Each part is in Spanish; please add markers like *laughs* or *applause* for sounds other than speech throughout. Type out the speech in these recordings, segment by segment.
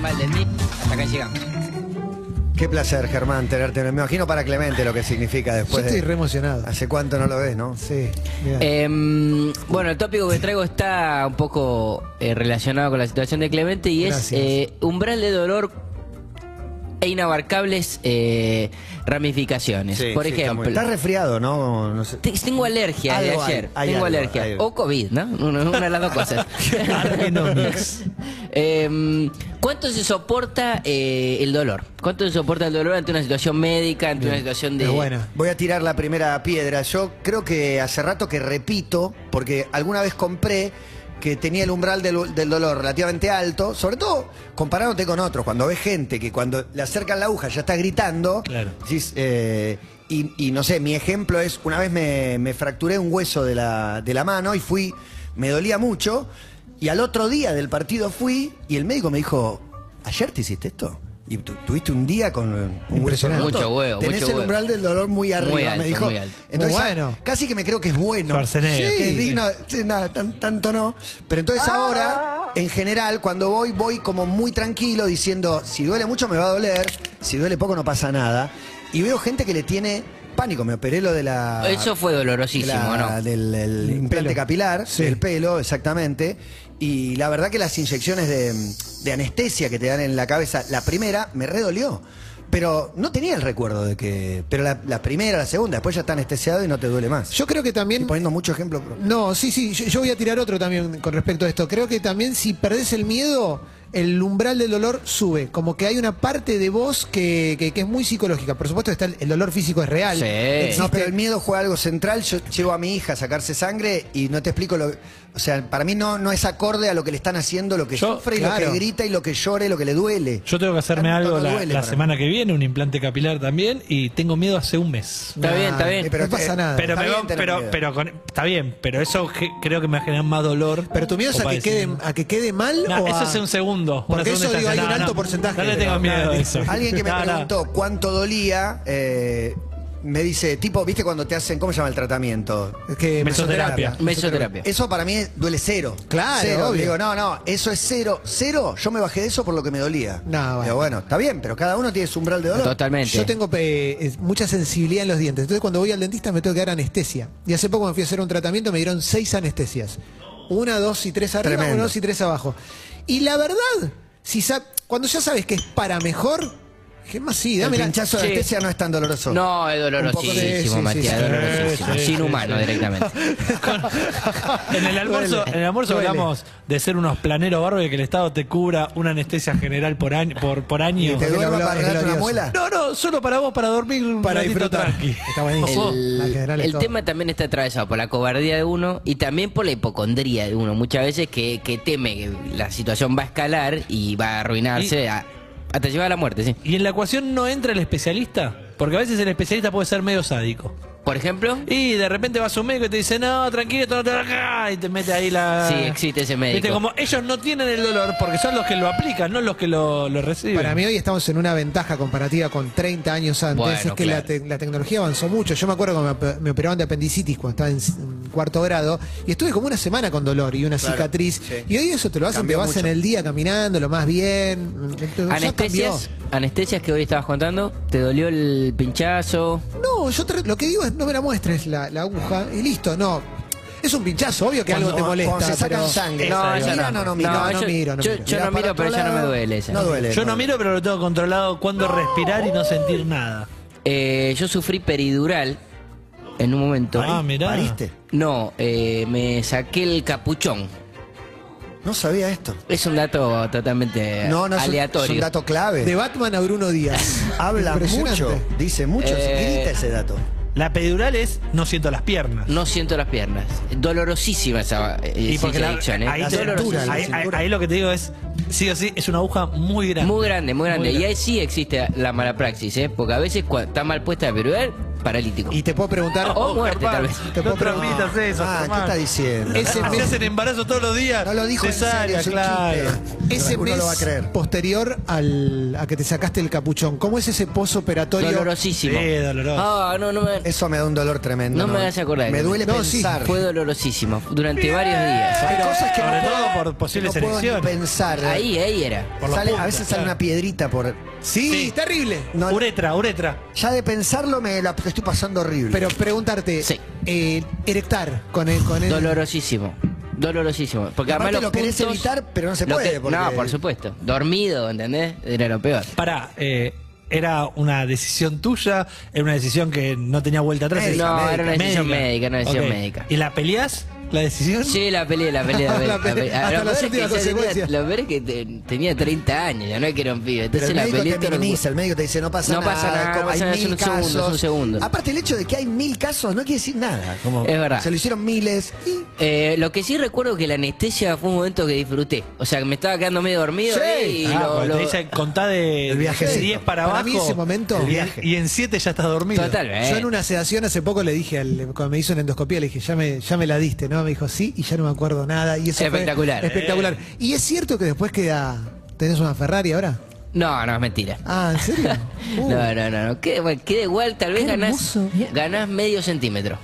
mal de mí. Hasta acá llegamos. Qué placer, Germán, tenerte. Me imagino para Clemente lo que significa Yo después estoy re de... emocionado. Hace cuánto no lo ves, ¿no? Sí, mirá. Eh, Em, bueno, el tópico que traigo está un poco eh, relacionado con la situación de Clemente y es Gracias. eh, umbral de dolor e inabarcables eh, ramificaciones. Sí, Por sí, está muy ejemplo, bien. Está resfriado, ¿no? No sé. te- tengo alergia de Algo hay, ayer. hay tengo algo, alergia. hay algo. o COVID, ¿no? Una, una de las dos cosas. *laughs* Argenomics. Em, ¿Cuánto se soporta eh, el dolor? ¿Cuánto se soporta el dolor ante una situación médica, ante una situación de... Es buena. Voy a tirar la primera piedra. Yo creo que hace rato que repito, porque alguna vez compré que tenía el umbral del, del dolor relativamente alto, sobre todo comparándote con otros, cuando ves gente que cuando le acercan la aguja ya está gritando, Claro. decís, eh, y, y no sé, mi ejemplo es, una vez me, me fracturé un hueso de la, de la mano y fui, me dolía mucho, y al otro día del partido fui y el médico me dijo, ¿ayer te hiciste esto? Y tu- tuviste un día con un hueso Impresionante. roto? Mucho huevo, Tenés mucho el huevo". umbral del dolor muy arriba, Muy alto, me dijo. muy alto. Entonces, Muy bueno. casi que me creo que es bueno. Schwarzenegger. Sí, Sí, es sí. digno, sí, nada, tan- tanto no. Pero entonces ahora, en general, cuando voy, voy como muy tranquilo diciendo, si duele mucho me va a doler, si duele poco no pasa nada. Y veo gente que le tiene pánico, me operé lo de la... Eso fue dolorosísimo, de la- ¿no? Del el Del implante pelo. capilar, Sí. del pelo, exactamente. Y la verdad que las inyecciones de, de anestesia que te dan en la cabeza, la primera me redolió. Pero no tenía el recuerdo de que... Pero la, la primera, la segunda, después ya está anestesiado y no te duele más. Yo creo que Estoy también poniendo mucho ejemplo. pero- No, sí, sí, yo, yo voy a tirar otro también con respecto a esto. Creo que también si perdés el miedo, el umbral del dolor sube. Como que hay una parte de vos que, que- que es muy psicológica. Por supuesto, está el, el dolor físico es real. Sí. Existe. No, pero el miedo juega algo central. Yo llevo a mi hija a sacarse sangre y no te explico lo. O sea, para mí no, no es acorde a lo que le están haciendo, lo que Yo- sufre, y lo claro. que grita y lo que llore, lo que le duele. Yo tengo que hacerme Tanto algo no la, duele la para semana que viene, un implante capilar también, y tengo miedo hace un mes. Está bien, está Ah, bien. eh, no pasa eh, nada. Pero, Está me bien va- tener pero, miedo. pero con- está bien, pero eso ge- creo que me va a generar más dolor. Pero tu miedo es O a que, quede, padecer- a que quede mal No, o eso a- es un segundo. una Porque eso, segunda digo, hay instancia. un No, no, alto porcentaje. No le de- tengo miedo *laughs* a eso. Alguien que me No, no. preguntó cuánto dolía, eh, me dice, tipo, ¿viste cuando te hacen, ¿cómo se llama el tratamiento? Es que Mesoterapia. Mesoterapia. Eso para mí duele cero. Claro, Cero. obvio. Digo, no, no, eso es cero. Cero, yo me bajé de eso por lo que me dolía. No, bueno. Digo, bueno, está bien, pero cada uno tiene su umbral de dolor. Totalmente. Yo tengo eh, eh, mucha sensibilidad en los dientes. Entonces, cuando voy al dentista, me tengo que dar anestesia. Y hace poco me fui a hacer un tratamiento, me dieron seis anestesias: una, dos y tres arriba, Tremendo. una, dos y tres abajo. Y la verdad, si sa- cuando ya sabes que es para mejor, ¿qué más sí? El Dame la pinchazo de Sí. anestesia no es tan doloroso. No, es Un poco de- sí, dolorosísimo, sí, Matías, sí. dolorosísimo. Sí, Es sí, inhumano sí. *laughs* directamente. En el almuerzo, Duele, en el almuerzo duele. hablamos de ser unos planeros bárbaros y que el Estado te cubra una anestesia general por año. Por, por año. ¿Y te Porque duele lo para hablaba, es arreglarte una glorioso. muela? No, no, solo para vos, para dormir un para ratito disfrutar. tranqui. Está buenísimo. La general El, es el todo. tema también está atravesado por la cobardía de uno y también por la hipocondría de uno. Muchas veces que, que teme que la situación va a escalar y va a arruinarse a- hasta llevar a la muerte, sí. ¿Y en la ecuación no entra el especialista? Porque a veces el especialista puede ser medio sádico. Por ejemplo, Y de repente vas a un médico y te dice, no, tranquilo, esto no te va acá. Y te mete ahí la... Sí, existe ese médico. Viste, como ellos no tienen el dolor porque son los que lo aplican, no los que lo, lo reciben. Para mí hoy estamos en una ventaja comparativa con 30 años antes. Bueno, es que claro. la, te- la tecnología avanzó mucho. Yo me acuerdo cuando me op- me operaron de apendicitis cuando estaba en s- en cuarto grado y estuve como una semana con dolor y una cicatriz. Y hoy eso te lo hacen, te Cambió vas mucho. en el día caminando, lo más bien. Ya anestesias, anestesias que hoy estabas contando, ¿te dolió el pinchazo? cambió. No, yo te- lo que digo es no me la muestres la, la aguja y listo, no. Es un pinchazo, obvio que algo te Cuando- molesta. Cuando se sacan pero- sangre. No, Mira, esa no, no. no, no, miro, No, no yo, miro, no yo- miro. yo Mira, no para miro, otro pero ya no me lado, duele esa. No duele. Yo no miro, pero lo tengo controlado cuando respirar y no sentir nada. Eh, yo sufrí peridural en un momento. Ah, mirá. ¿Pariste? No, eh, me saqué el capuchón. No sabía esto. Es un dato totalmente No, no es un- aleatorio. Es un dato clave. De Batman a Bruno Díaz. *laughs* Habla Impresionante. mucho, dice mucho, se Eh, grita ese dato. La pedural es no siento las piernas. No siento las piernas. Dolorosísima esa eh, Y porque la- inyección, ¿eh? ahí, La te- cintura, ahí- la ahí- cintura. ahí lo que te digo es, sí o sí, es una aguja muy grande. Muy grande, muy grande. Muy Y ahí sí existe la mala praxis, ¿eh? Porque a veces cuando está mal puesta la peridural, paralítico. Y te puedo preguntar. Oh, O muerte, tal vez. Te No puedo preguntar- transmitas eso, Ah, ¿qué Germán. está diciendo? Ese Se mes, hacen embarazo todos los días. No lo dijo en serio, Cesárea, es un claro. chiste. ese Alguno mes lo va a creer. posterior al, a que te sacaste el capuchón, ¿cómo es ese posoperatorio? Dolorosísimo. Sí, doloroso. Ah, no, no me... Eso me da un dolor tremendo. No me hagas acordar. Me duele No, sí, pensar. Fue dolorosísimo durante varios días. Hay cosas que Sobre no puedo- todo por posibles que no puedo ni erecciones. pensar. Ahí, ahí era. por los Sale- a puntos, veces sale claro. una piedrita por. Sí, Sí. terrible. no- Uretra, uretra. ya de pensarlo me la estoy pasando horrible. Pero preguntarte, Sí. eh, erectar con el, con el- Dolorosísimo. Dolorosísimo. Porque Aparte además los lo querés puntos- evitar, pero no se lo puede, que- porque- No, por supuesto. Dormido, ¿entendés? Era lo peor. Pará, eh, era una decisión tuya, era una decisión que no tenía vuelta atrás. Eh, Médica, no, médica. era una decisión médica, una decisión Ok. médica. ¿Y la peleás? ¿La decisión? Sí, la peleé, la peleé, *laughs* la peleé. La peleé. peleé. Ah, Hasta lo la peor es última que yo tenía- consecuencia. Lo peor es que te- tenía 30 años, ya no es que era un pibe. Pero Entonces el la médico peleé te todo el- minimiza, el médico te dice no pasa No pasa nada, como no hay pasa nada, es mil un segundo, casos. es un segundo. Aparte el hecho de que hay mil casos no quiere decir nada. Como Es verdad. Se lo hicieron miles y Eh, lo que sí recuerdo que la anestesia fue un momento que disfruté. O sea, que me estaba quedando medio dormido Sí. ahí y Ah, lo- cuando lo- te dicen, contá de El viaje. de 10 para, Para abajo. mí ese momento- y- El viaje. Y, en 7 ya estás dormido. Total, eh. Yo en una sedación hace poco le dije, al, cuando me hizo una endoscopía, le dije, ya me, ya me la diste, ¿no? Me dijo, sí, y ya no me acuerdo nada. Y eso fue Espectacular. espectacular. Eh. Y es cierto que después queda. ¿Tenés una Ferrari ahora? No, no, es mentira. Ah, ¿en *laughs* serio? Uh. No, no, no, no. Queda, igual- queda igual, tal vez Qué ganás, hermoso. ganás medio centímetro.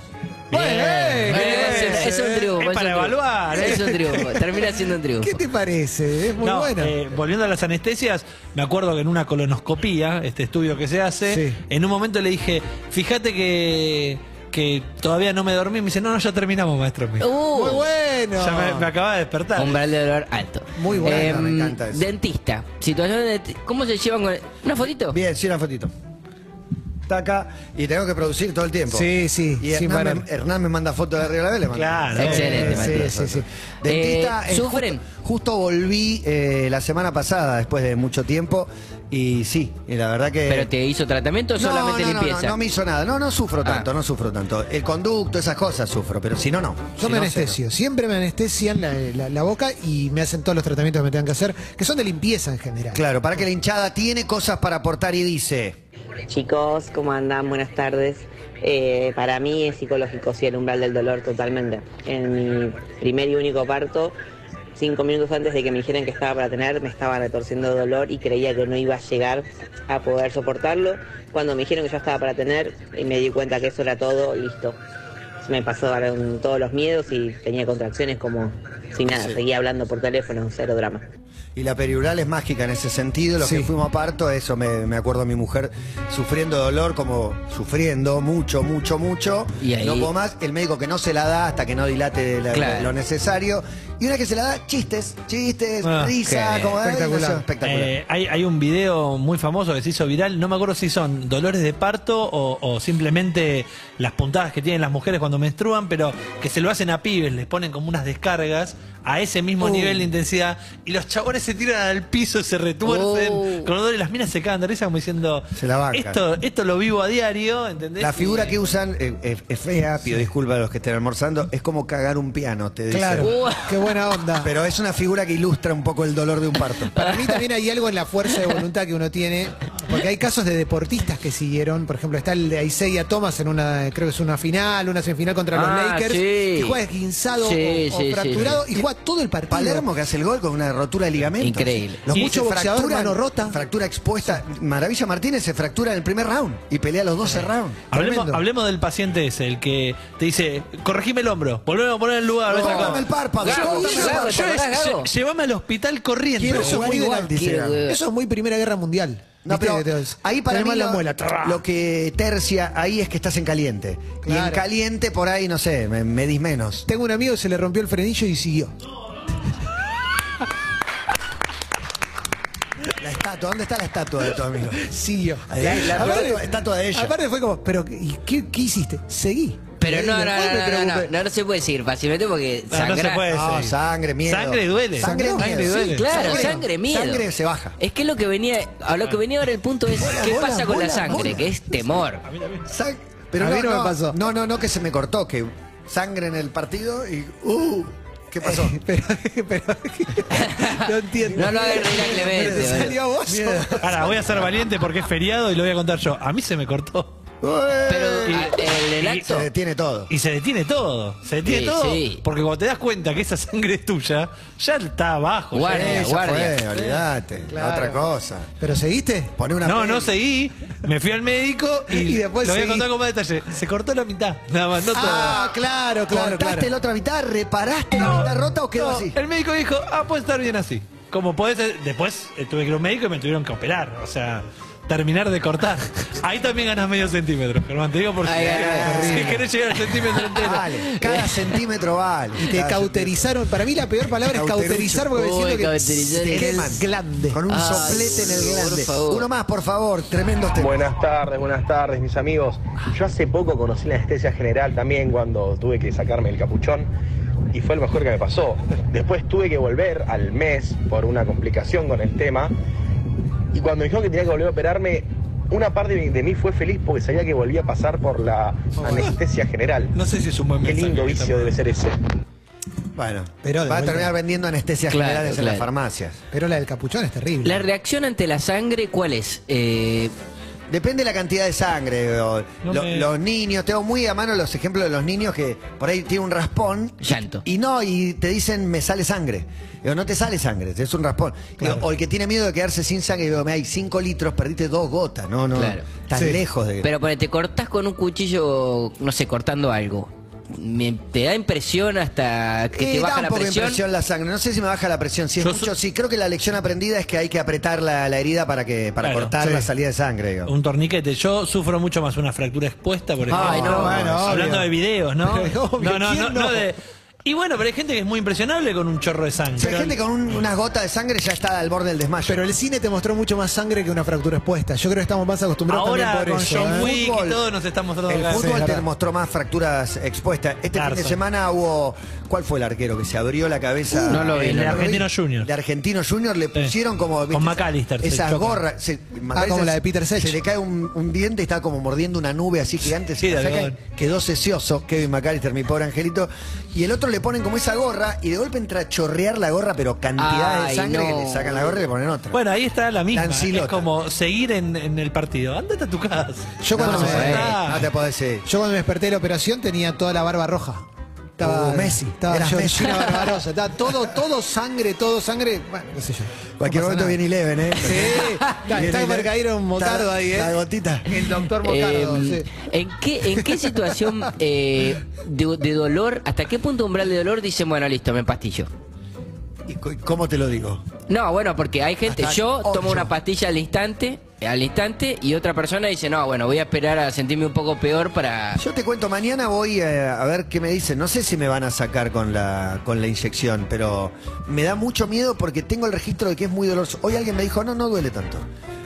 Bien. Eh, Bien. es, un- es un triunfo. Es un para triunfo. evaluar, eh. Es un triunfo. Termina siendo un *laughs* triunfo. ¿Qué te parece? Es muy No, bueno. eh, volviendo a las anestesias, me acuerdo que en una colonoscopía, este estudio que se hace, Sí. en un momento le dije, fíjate que, que todavía no me dormí. Me dice, no, no, ya terminamos, maestro. Me dijo. Uh, muy bueno. Ya me, me acababa de despertar. Umbral de dolor alto. Em, Muy bueno, me encanta eso. Dentista. Situación de, ¿Cómo se llevan con.? ¿Una fotito? bien, sí, una fotito. Está acá y tengo que producir todo el tiempo. Sí, sí, Y Hernán, sin parar. me, Hernán me manda fotos de arriba de la vela. Claro. Excelente, Matías. Sí, sí, sí. Eh, Dentista, eh, ¿sufren? Justo, justo volví eh, la semana pasada, después de mucho tiempo, y sí, y la verdad que... ¿Pero te hizo tratamiento o No, solamente no, no, limpieza? No, no me hizo nada. No, no sufro Ah. tanto, no sufro tanto. El conducto, esas cosas sufro, pero si no, no. Yo me anestesio, siempre me anestesian la, la- la boca y me hacen todos los tratamientos que me tengan que hacer, que son de limpieza en general. Claro, para que la hinchada tiene cosas para aportar y dice. Chicos, ¿cómo andan? Buenas tardes. Eh, para mí es psicológico, sí, el umbral del dolor totalmente. En mi primer y único parto, cinco minutos antes de que me dijeran que estaba para tener, me estaba retorciendo de dolor y creía que no iba a llegar a poder soportarlo. Cuando me dijeron que ya estaba para tener, y me di cuenta que eso era todo, listo. Se me pasaron todos los miedos y tenía contracciones como si nada, seguía hablando por teléfono, cero drama. Y la periural es mágica en ese sentido. Los Sí. que fuimos a parto, eso me, me acuerdo a mi mujer sufriendo dolor, como sufriendo mucho, mucho, mucho. Y ahí- No puedo más. El médico que no se la da hasta que no dilate la- Claro. lo necesario. Y una que se la da, chistes, chistes, Ah, risa, qué como ay, espectacular. eso es espectacular. Eh, hay, hay un video muy famoso que se hizo viral, no me acuerdo si son dolores de parto o, o simplemente las puntadas que tienen las mujeres cuando menstruan, pero que se lo hacen a pibes, les ponen como unas descargas a ese Uh. mismo nivel de intensidad y los chabones se tiran al piso, se retuercen, Oh. con dolor y las minas se cagan de risa como diciendo, Uh. Se la bancan. esto, esto lo vivo a diario, ¿entendés? La figura Y- que usan eh, es, es fea, pido disculpas a los que estén almorzando, es como cagar un piano, te dicen. Claro. Uh. Qué buena onda. Pero es una figura que ilustra un poco el dolor de un parto. Para mí también hay algo en la fuerza de voluntad que uno tiene, porque hay casos de deportistas que siguieron, por ejemplo, está el de Isaiah Thomas en una, creo que es una final, una semifinal contra Ah, los Lakers, sí. que juega esguinzado Sí, o, o sí, sí, fracturado y juega todo el partido. Palermo que hace el gol con una rotura de ligamento. Increíble. Los Y muchos ese boxeador, fracturan, mano rota. Fractura expuesta. Maravilla Martínez se fractura en el primer round y pelea los 12 rounds. Hablemos, Tremendo. hablemos del paciente ese, el que te dice, corregime el hombro, volvemos a poner en el lugar, ves acá". Córtame el párpado. Gago, Córtame el Gago, párpado. Yo ¿te acordás, es- Gago? lle- Llévame al hospital corriendo. Quiero Pero eso es jugar muy igual, del- dice quiero- Gago. Eso es muy Primera Guerra Mundial. No, ¿Viste? pero Que te- ahí para tenés mí mal la lo, muela. Trrr. lo que tercia ahí es que estás en caliente. Y en Claro. caliente por ahí, no sé, me, me dis menos. Tengo un amigo que se le rompió el frenillo y siguió. La estatua, ¿dónde está la estatua de tu amigo? Siguió. Ahí, la estatua- estatua de ella. Aparte fue como, pero ¿y qué, qué hiciste? Seguí. Pero Y no, no, después me no, no, no, preocupé. no, no se puede seguir fácilmente porque No, no se sangra- puede. No, Sí. sangre, miedo. Sangre duele. Sangre, Sangre miedo. duele. sí, Claro, sangre, miedo. Sangre se baja. Es que lo que venía, a lo que venía ahora el punto es qué bola, pasa con bola, la sangre, bola. que es temor. Sang- pero A no, mí no me pasó. No, no, no, que se me cortó, que sangre en el partido y. ¡Uh! ¿Qué *laughs* pasó? *laughs* Pero, pero *laughs* no entiendo. No lo hagas reír a Clemente, Pero boludo. salió vos. Ahora, voy a ser valiente porque es feriado y lo voy a contar yo. A mí se me cortó. Pero Y- Ah, el, el y- acto. Se detiene todo. Y se detiene todo, se detiene Sí, todo. sí. Porque cuando te das cuenta que esa sangre es tuya, ya está abajo. ya Guardia, es- Ya guardia. fue, olvídate. Claro. Otra cosa. ¿Pero seguiste? Poné una no, peli. no seguí, me fui al médico *laughs* y, Y después lo voy a seguí. contar con más detalle. Se cortó la mitad, nada más, no todo. Ah, claro, claro, ¿Cortaste claro. la otra mitad? ¿Reparaste la mitad rota o quedó No, así? El médico dijo, ah, puede estar bien así. Como podés, eh, después eh, tuve que ir a un médico y me tuvieron que operar, o sea, terminar de cortar. Ahí también ganas medio centímetro, Germán, te digo porque Ay, ay, ay, *laughs* si querés llegar al centímetro entero. Vale, *laughs* cada centímetro vale. Y te Cada cauterizaron. Para mí la peor palabra es Cauterucho. cauterizar porque me Uy, siento que cauterizar te es- queman. glande. Con un Ay, soplete en el por grande. favor. Uno más, por favor. Tremendo tema. Buenas tardes, buenas tardes, mis amigos. Yo hace poco conocí la anestesia general también cuando tuve que sacarme el capuchón y fue lo mejor que me pasó. Después tuve que volver al mes por una complicación con el tema y cuando me dijeron que tenía que volver a operarme, una parte de, de mí fue feliz porque sabía que volvía a pasar por la anestesia general. Oh. No sé si es un buen Qué mensaje. lindo que está- vicio debe ser ese. Bueno, Pero de va a vuelta. terminar vendiendo anestesias Claro, generales en claro. las farmacias. Pero la del capuchón es terrible. La reacción ante la sangre, ¿cuál es? Eh, Depende de la cantidad de sangre. o- No lo- me- Los niños, tengo muy a mano los ejemplos de los niños que por ahí tiene un raspón. Llanto. Y no, y te dicen, me sale sangre. Digo, no te sale sangre, es un raspón. Digo, o el que tiene miedo de quedarse sin sangre, digo, me hay 5 litros, perdiste dos gotas. No, no, Claro. estás Sí. lejos de... pero ponele, te cortás con un cuchillo, no sé, cortando algo. Me- te da impresión hasta que Eh, te da baja un la poco de presión. impresión la sangre. No sé si me baja la presión. Si es Yo mucho, so- sí. Creo que la lección aprendida es que hay que apretar la, la herida para que para Claro, cortar sí. la salida de sangre. digo. Un torniquete. Yo sufro mucho más una fractura expuesta, por ejemplo. Ay, no, bueno, Hablando obvio. de videos, ¿no? Pero obvio, no, no, ¿quién no, no? no de- Y bueno, pero hay gente que es muy impresionable con un chorro de sangre. Si hay gente con un- unas gotas de sangre ya está al borde del desmayo. Pero el cine te mostró mucho más sangre que una fractura expuesta. Yo creo que estamos más acostumbrados Ahora también por con eso. John ¿eh? Wick. y todo nos estamos dando el acá. Sí, fútbol la te verdad. mostró más fracturas expuestas. Este fin Garza. de semana hubo. ¿Cuál fue el arquero que se abrió la cabeza? No lo vi, El no de lo Argentino Junior. De Argentino Junior le pusieron como. Con McAllister se Ah, Esas choca. gorras. se- McAllister como la de Peter Se Sech. le cae un, un diente y está como mordiendo una nube así gigante. Sí, se la de saca y algodón. quedó sesioso Kevin McAllister, mi pobre angelito. Y el otro le ponen como esa gorra y de golpe entra a chorrear la gorra, pero cantidad de Ay, sangre no. que le sacan la gorra y le ponen otra. Bueno, ahí está la misma. Lancilota. Es como seguir en, en el partido. Andate a tu casa. Yo cuando, no, me, eh, está. no te puedo decir. yo cuando me desperté de la operación tenía toda la barba roja. Estaba Uh, Messi. Estaba Eras Georgina Messi. Barbarosa. Estaba todo, todo sangre, todo sangre. Bueno, qué sé yo. Cualquier No pasa momento nada. viene Eleven, ¿eh? Sí, está, está Eleven. Mercadero Motardo Está- ahí, ¿eh? La gotita. El doctor Mocardo, Eh, sí. ¿en, qué, ¿En qué *laughs* situación eh, de, de dolor, hasta qué punto umbral de dolor dice, bueno, listo, me pastillo? ¿Y cu- cómo te lo digo? No, bueno, porque hay gente, Hasta yo ocho. tomo una pastilla al instante, al instante, y otra persona dice, no, bueno, voy a esperar a sentirme un poco peor para... Yo te cuento, mañana voy eh, a ver qué me dicen. No sé si me van a sacar con la, con la inyección, pero me da mucho miedo porque tengo el registro de que es muy doloroso. Hoy alguien me dijo, no, no duele tanto.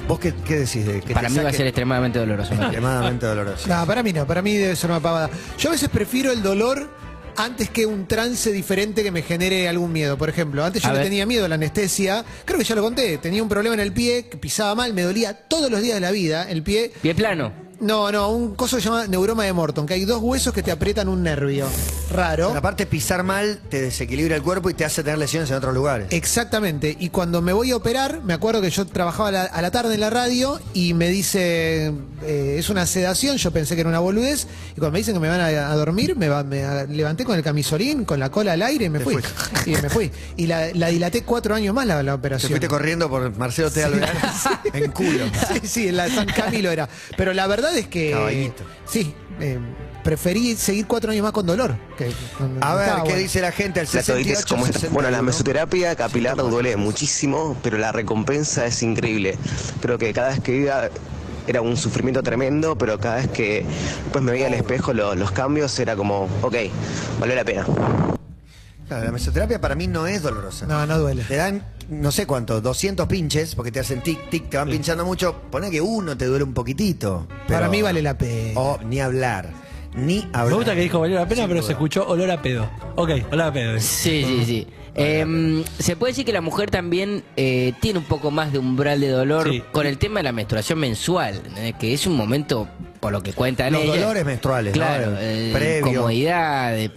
¿Vos qué, qué decís? De, que Para te mí va a saque? ser extremadamente doloroso. *laughs* Extremadamente doloroso. No, para mí no, para mí debe ser una pavada. Yo a veces prefiero el dolor antes que un trance diferente que me genere algún miedo. Por ejemplo, antes yo A le ver. tenía miedo a la anestesia, creo que ya lo conté, tenía un problema en el pie, que pisaba mal, me dolía todos los días de la vida, el pie. Pie plano. No, no, un coso que se llama neuroma de Morton, que hay dos huesos que te aprietan un nervio. Raro. Pero Aparte, pisar mal te desequilibra el cuerpo y te hace tener lesiones en otros lugares. Exactamente. Y cuando me voy a operar, me acuerdo que yo trabajaba a la, a la tarde en la radio y me dice, eh, es una sedación, yo pensé que era una boludez, y cuando me dicen que me van a, a dormir, me, va- me a- levanté con el camisolín, con la cola al aire y me Te fui. fuiste. Y me fui. Y la, la dilaté cuatro años más la, la Te operación. fuiste corriendo por Marcelo T. *laughs* Alvear en culo. Sí, sí, en la de San Camilo era. Pero la verdad es que... Caballito. Sí, eh, preferí seguir cuatro años más con dolor. que- con- A ver, estaba ¿qué bueno. dice la gente? El La psoriasis, 68, como esta- Bueno, la 61. mesoterapia capilar duele muchísimo, pero la recompensa es increíble. Creo que cada vez que iba era un sufrimiento tremendo, pero cada vez que pues me veía al espejo lo- los cambios era como, ok, valió la pena. Claro, la mesoterapia para mí no es dolorosa. No, no duele. Te dan, no sé cuánto, 200 pinches, porque te hacen tic, tic, te van pinchando mucho. Pone que uno te duele un poquitito. Para pero- mí vale la pena. Oh, ni hablar. Ni hablar. Me gusta que dijo valió la pena, Sin pero duda. se escuchó olor a pedo. Ok, olor a pedo. Sí, Mm. sí, sí. Em, se puede decir que la mujer también eh, tiene un poco más de umbral de dolor Sí. con el tema de la menstruación mensual, ¿eh? que es un momento, por lo que cuentan Los ellas, dolores menstruales, ¿no? Claro, El eh, previo. incomodidad, de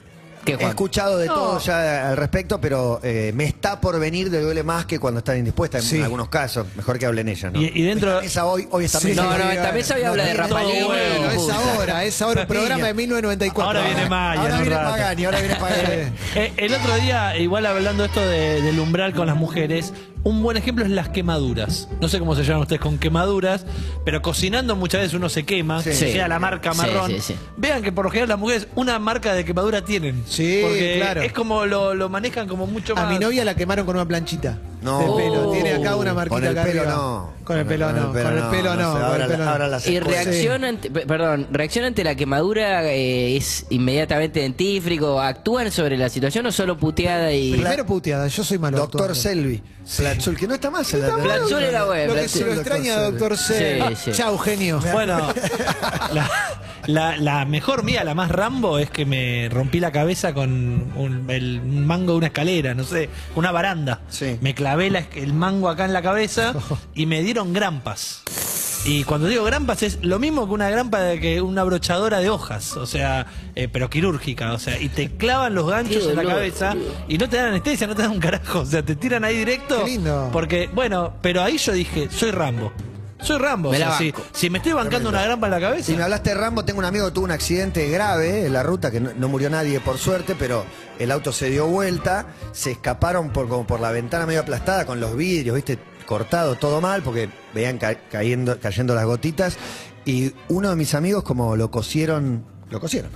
¿Qué, He Juan? escuchado de todo ya al respecto, pero eh, me está por venir de duele más que cuando están indispuestas en Sí. algunos casos. Mejor que hablen ella, ¿no? Y- y dentro- Esta mesa hoy, hoy está Sí. mesa. No, no, hoy- esta mesa hoy habla de tiene Rafa todo Lima. bueno. Bueno, es Puta. ahora, es ahora. Un programa de 1994. Ahora viene Maya, en Ahora un viene rato. Pagani, ahora viene *laughs* Pagani. Eh, el otro día, igual hablando esto de- del umbral con las mujeres, un buen ejemplo es las quemaduras. No sé cómo se llaman ustedes con quemaduras, pero cocinando muchas veces uno se quema, Sí. sea la marca Sí, marrón. sí, sí. Vean que por lo general las mujeres una marca de quemadura tienen. Sí, porque claro. es como lo, lo manejan como mucho más. A mi novia la quemaron con una planchita. No. De pelo. Oh. Tiene acá una marquita Con el acá pelo arriba. no. Con el pelo no. Con el pelo no. sé, con Ahora el pelo la- no. ahora las Y escuelas. reacciona ante, pe- perdón, reacciona ante la quemadura eh, es inmediatamente dentífrico, actúan sobre la situación o solo puteada y Primero puteada, yo soy malo. Doctor actuando. Selvi. Platzul, que no está más en la Platzul era bueno, Lo que se Platzul. lo extraña, doctor Sí, C. sí. Chao, genio. Bueno, la, la- la mejor mía, la más Rambo, es que me rompí la cabeza con un, el mango de una escalera, no sé, una baranda. Sí. Me clavé la es- el mango acá en la cabeza y me dieron grampas. Y cuando digo grampas es lo mismo que una grampa de que una brochadora de hojas, o sea, eh, pero quirúrgica, o sea, y te clavan los ganchos Qué en la dolor, cabeza y no te dan anestesia, no te dan un carajo, o sea, te tiran ahí directo. Qué lindo. Porque, bueno, pero ahí yo dije, soy Rambo. Soy Rambo, Me o sea, la sí. banco. Si me estoy bancando una grampa en la cabeza. Si me hablaste de Rambo, tengo un amigo que tuvo un accidente grave en la ruta, que no, no murió nadie por suerte, pero el auto se dio vuelta, se escaparon por, como por la ventana medio aplastada con los vidrios, viste, cortado, todo mal, porque veían ca- cayendo, cayendo las gotitas. Y uno de mis amigos como lo cosieron, lo cosieron,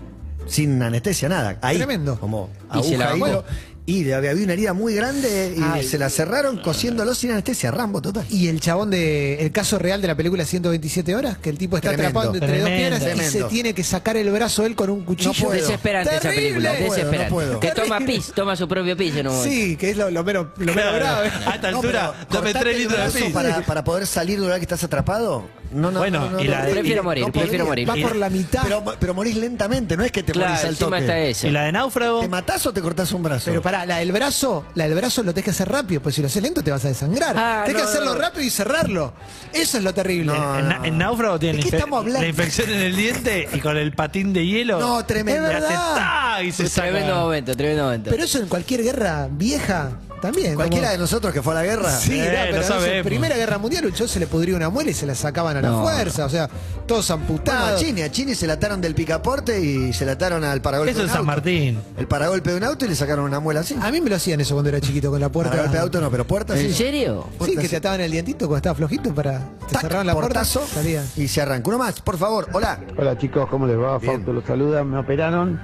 sin anestesia, nada. Ahí, Tremendo. Como Y se la aguja, bancó. hilo, y le había había una herida muy grande y se la cerraron cosiéndolo sin anestesia, Rambo total. Y el chabón de el caso real de la película 127 horas, que el tipo está Tremendo. atrapado entre dos Tremendo. piedras y se Tremendo. tiene que sacar el brazo él con un cuchillo. puedo. desesperante esa Terrible. película, No puedo, no desesperante. puedo. Que toma pis, toma su propio pis en un momento. Sí, que es lo, lo menos, lo menos Claro. Ah, grave. A esta No, altura, pero dame cortarte tres el litros de brazo pis. Para, para poder salir de lugar que estás atrapado. No, no, Bueno, no, no, y no, la- no, Prefiero no, morir, no, prefiero podría. morir. Va por la mitad. Pero, pero morís lentamente, no es que te morís Claro, al encima toque. está eso. Y la de náufrago. ¿Te matás o te cortás un brazo? Pero pará, la del brazo, la del brazo lo tenés que hacer rápido, pues si lo haces lento te vas a desangrar. Ah, tenés no, que hacerlo no. rápido y cerrarlo. Eso es lo terrible. No, en, en- en náufrago tiene ¿De qué la infe- estamos hablando? la infección en el diente y con el patín de hielo. No, tremendo. Le hace verdad. ta, y se saca. Pues Tremendo momento, tremendo momento. Pero eso en cualquier guerra vieja también. Cualquiera de como- nosotros que fue a la guerra. Sí, Eh, no, lo pero no sé, sabemos. Primera Guerra Mundial, un chon se le pudría una muela y se la sacaban a la No. fuerza. O sea, todos Bueno, a amputados. Chini, a Chini se la ataron del picaporte y se la ataron al paragolpe Eso de un es San auto. Martín. El paragolpe de un auto y le sacaron una muela así. a mí me lo hacían eso cuando era chiquito con la puerta. Paragolpe de auto no, pero puerta ¿En sí. serio? Ah, Sí, que te ataban el dientito cuando estaba flojito para. Te Tac, cerraban la puerta. portazo Salía. y se arranca. Uno más, por favor. Hola. Hola chicos, ¿cómo les va? Bien. Fausto los saluda. Me operaron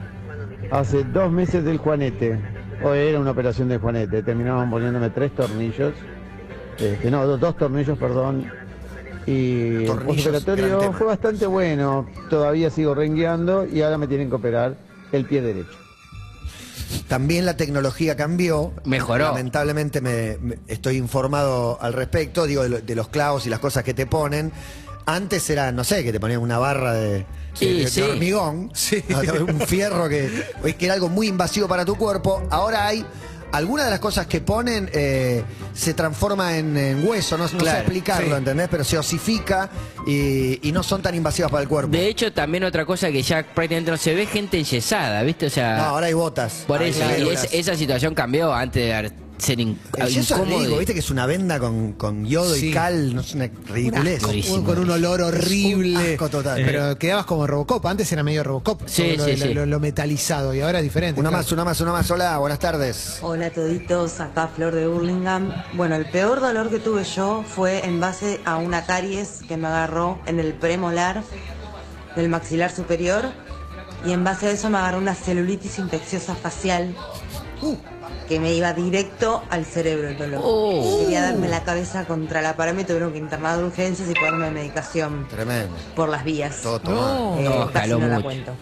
hace dos meses del Juanete. Hoy era una operación del Juanete. Terminaban poniéndome tres tornillos. Este, no, dos, dos tornillos, perdón. Y el Tornillos, gran postoperatorio tema. fue bastante bueno. Todavía sigo rengueando y ahora me tienen que operar el pie derecho. También la tecnología cambió. Mejoró. Lamentablemente me, me- estoy informado al respecto, digo, de, lo- de los clavos y las cosas que te ponen. Antes era, no sé, que te ponían una barra de, Sí, de- de sí. hormigón, *laughs* un fierro que, que era algo muy invasivo para tu cuerpo. Ahora hay, algunas de las cosas que ponen eh, se transforma en, en hueso, no, no sé Claro, explicarlo, sí. ¿entendés? Pero se osifica y, y no son tan invasivas para el cuerpo. De hecho, también otra cosa que ya prácticamente no se ve gente enyesada, ¿viste? O sea, no, ahora hay botas. por Ahí eso, sí, y botas. es- esa situación cambió antes de ar- ser in- El yeso es incómodo. ridículo, viste que es una venda con, con yodo Sí. y cal, no es una ridiculez. asco. Un- con un olor horrible. un asco total. Pero Eh. quedabas como Robocop. Antes era medio Robocop. Sí, todo lo, sí, lo- sí. lo- lo metalizado. Y ahora es diferente. Una claro. más, una más, una más. Hola, buenas tardes. Hola toditos, acá Flor de Burlingame. Bueno, el peor dolor que tuve yo fue en base a una caries que me agarró en el premolar del maxilar superior y en base a eso me agarró una celulitis infecciosa facial que me iba directo al cerebro el dolor. Oh. Quería darme la cabeza contra la pared, me tuvieron que internar de urgencias y ponerme medicación Tremendo. por las vías. Todo tomado. Eh, No, casi escaló no la Oh, mucho. cuento.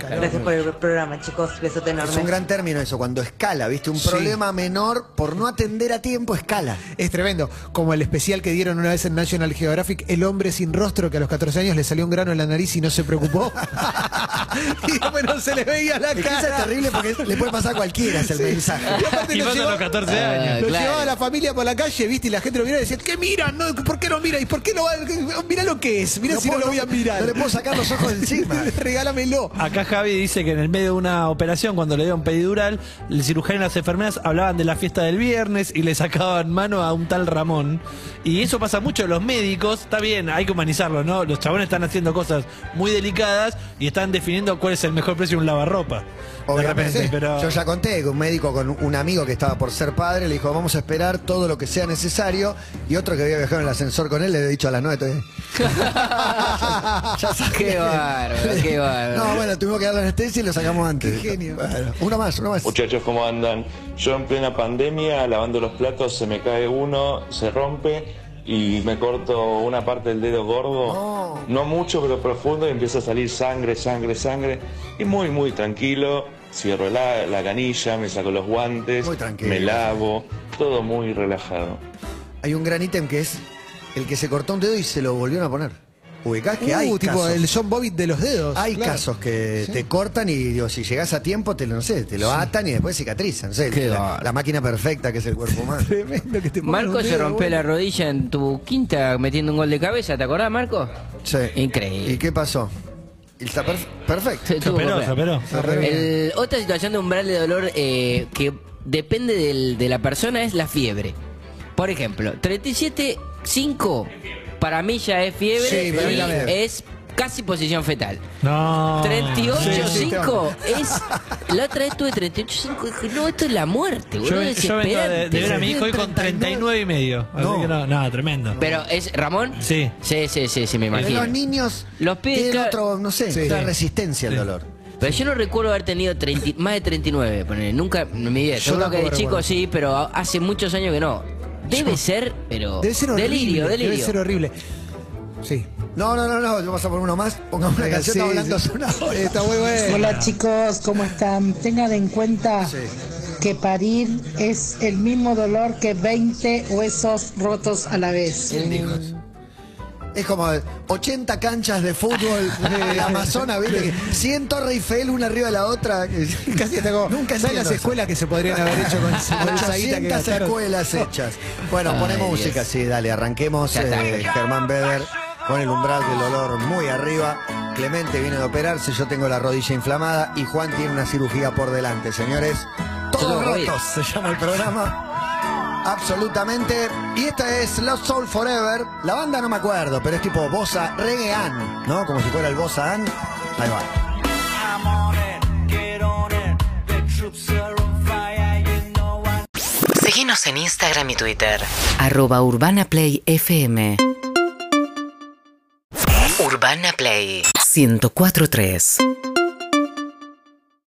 Gracias por el programa, chicos. Besote enorme. Es un gran término eso, cuando escala, ¿viste? Un Sí. problema menor por no atender a tiempo escala. Es tremendo, como el especial que dieron una vez en National Geographic, el hombre sin rostro que a los 14 años le salió un grano en la nariz y no se *laughs* preocupó. *laughs* y después no se le veía la Es que esa es cara. terrible porque le puede pasar a cualquiera es el mensaje. Y aparte Y lo, pasa a llevaba, los Eh, 14 Ah, años. lo claro. llevaba la familia por la calle, viste, y la gente lo miraba y decía, ¿qué miran? No, ¿Por qué no mira? ¿Y por qué no va? Mirá lo que es, mirá si puedo- no lo voy a mirar. No le puedo sacar los ojos de encima. *laughs* Regálamelo. Acá Javi dice que en el medio de una operación, cuando le dieron pedidural, el cirujano y las enfermeras hablaban de la fiesta del viernes y le sacaban mano a un tal Ramón. Y eso pasa mucho en los médicos. Está bien, hay que humanizarlo, ¿no? Los chabones están haciendo cosas muy delicadas y están definiendo cuál es el mejor precio de un lavarropa. Obviamente, de repente, pero. Yo ya conté que un médico con un amigo que estaba por ser padre le dijo, vamos a esperar todo lo que sea necesario. Y otro que había viajado en el ascensor con él le había dicho a las 9. todavía. ya saqué. *laughs* Qué bárbaro, qué bárbaro. No, bueno, tuvimos que dar la anestesia y lo sacamos antes. genio. uno más, uno más. Muchachos, ¿cómo andan? Yo en plena pandemia, lavando los platos, se me cae uno, se rompe y me corto una parte del dedo gordo. No. mucho, pero profundo y empieza a salir sangre, sangre, sangre. Y muy, muy tranquilo. Cierro la, la canilla, me saco los guantes, Muy tranquilo. me lavo, todo muy relajado. Hay un gran ítem que es el que se cortó un dedo y se lo volvieron a poner. Ubicás que Uh, hay tipo casos. el John Bobbitt de los dedos. Hay claro. casos que Sí. te cortan y digo, si llegás a tiempo, te lo, no sé, te lo atan y después cicatrizan. no sé, Qué la, bárbaro. la máquina perfecta que es el cuerpo humano. *laughs* Tremendo que te pongan Marco un se dedo, rompió boludo. la rodilla en tu quinta metiendo un gol de cabeza, ¿te acordás, Marco? Sí. Increíble. ¿Y qué pasó? Y Está perf- perfecto. Se tuvo operó, que operar. se operó. Se operó. El- otra situación de umbral de dolor eh, que depende del- de la persona es la fiebre. Por ejemplo, 37.5 para mí ya es fiebre Sí, para mí y también. es casi posición fetal. No. 38.5 es... La otra vez tuve 38.5 dije, no, esto es la muerte, Yo, boludo, ven- yo vengo de, de ver a mi hijo hoy con 39 y medio. Así No. que no, no, tremendo. Pero es Ramón. Sí. Sí, sí, sí, sí, me Pero imagino. los niños Los pibes, tienen claro. otro, no sé, Sí. otra Sí. resistencia al Sí. dolor. Pero yo no recuerdo haber tenido 30 más de 39, ponele, nunca en mi vida. Yo Seguro que de tampoco chico recuerdo. sí, pero a- hace muchos años que no. Debe Yo- ser, pero. Debe ser horrible. delirio, delirio. Debe ser horrible. Sí. No, no, no, no, yo paso por uno más, pongamos una canción, Sí, estamos hablando sí. hace una hora. Está muy bueno. Hola chicos, ¿cómo están? Tengan en cuenta Sí. que parir es el mismo dolor que 20 huesos rotos a la vez. Es como 80 canchas de *laughs* fútbol de Amazonas, ¿viste? 100 Torre Eiffel una arriba de la otra. *laughs* Casi hasta como, Nunca ¿sabes entiendo las eso. escuelas que se podrían haber *laughs* hecho *laughs* con, con esa guita que 800 gastaron? escuelas hechas. Bueno, ponemos Dios. música, sí, dale, arranquemos. Ya está. eh, Germán Beder con el umbral del dolor muy arriba. Clemente viene de operarse, yo tengo la rodilla inflamada y Juan tiene una cirugía por delante, señores. Todos Todo bien. rotos se llama el programa. Absolutamente. Y esta es Lost Soul Forever. La banda no me acuerdo, pero es tipo Bossa Reggae Ann, ¿no? Como si fuera el Bossa Ann. Ahí va. Seguinos en Instagram y Twitter. Arroba Urbana Play FM Urbana Play 1043.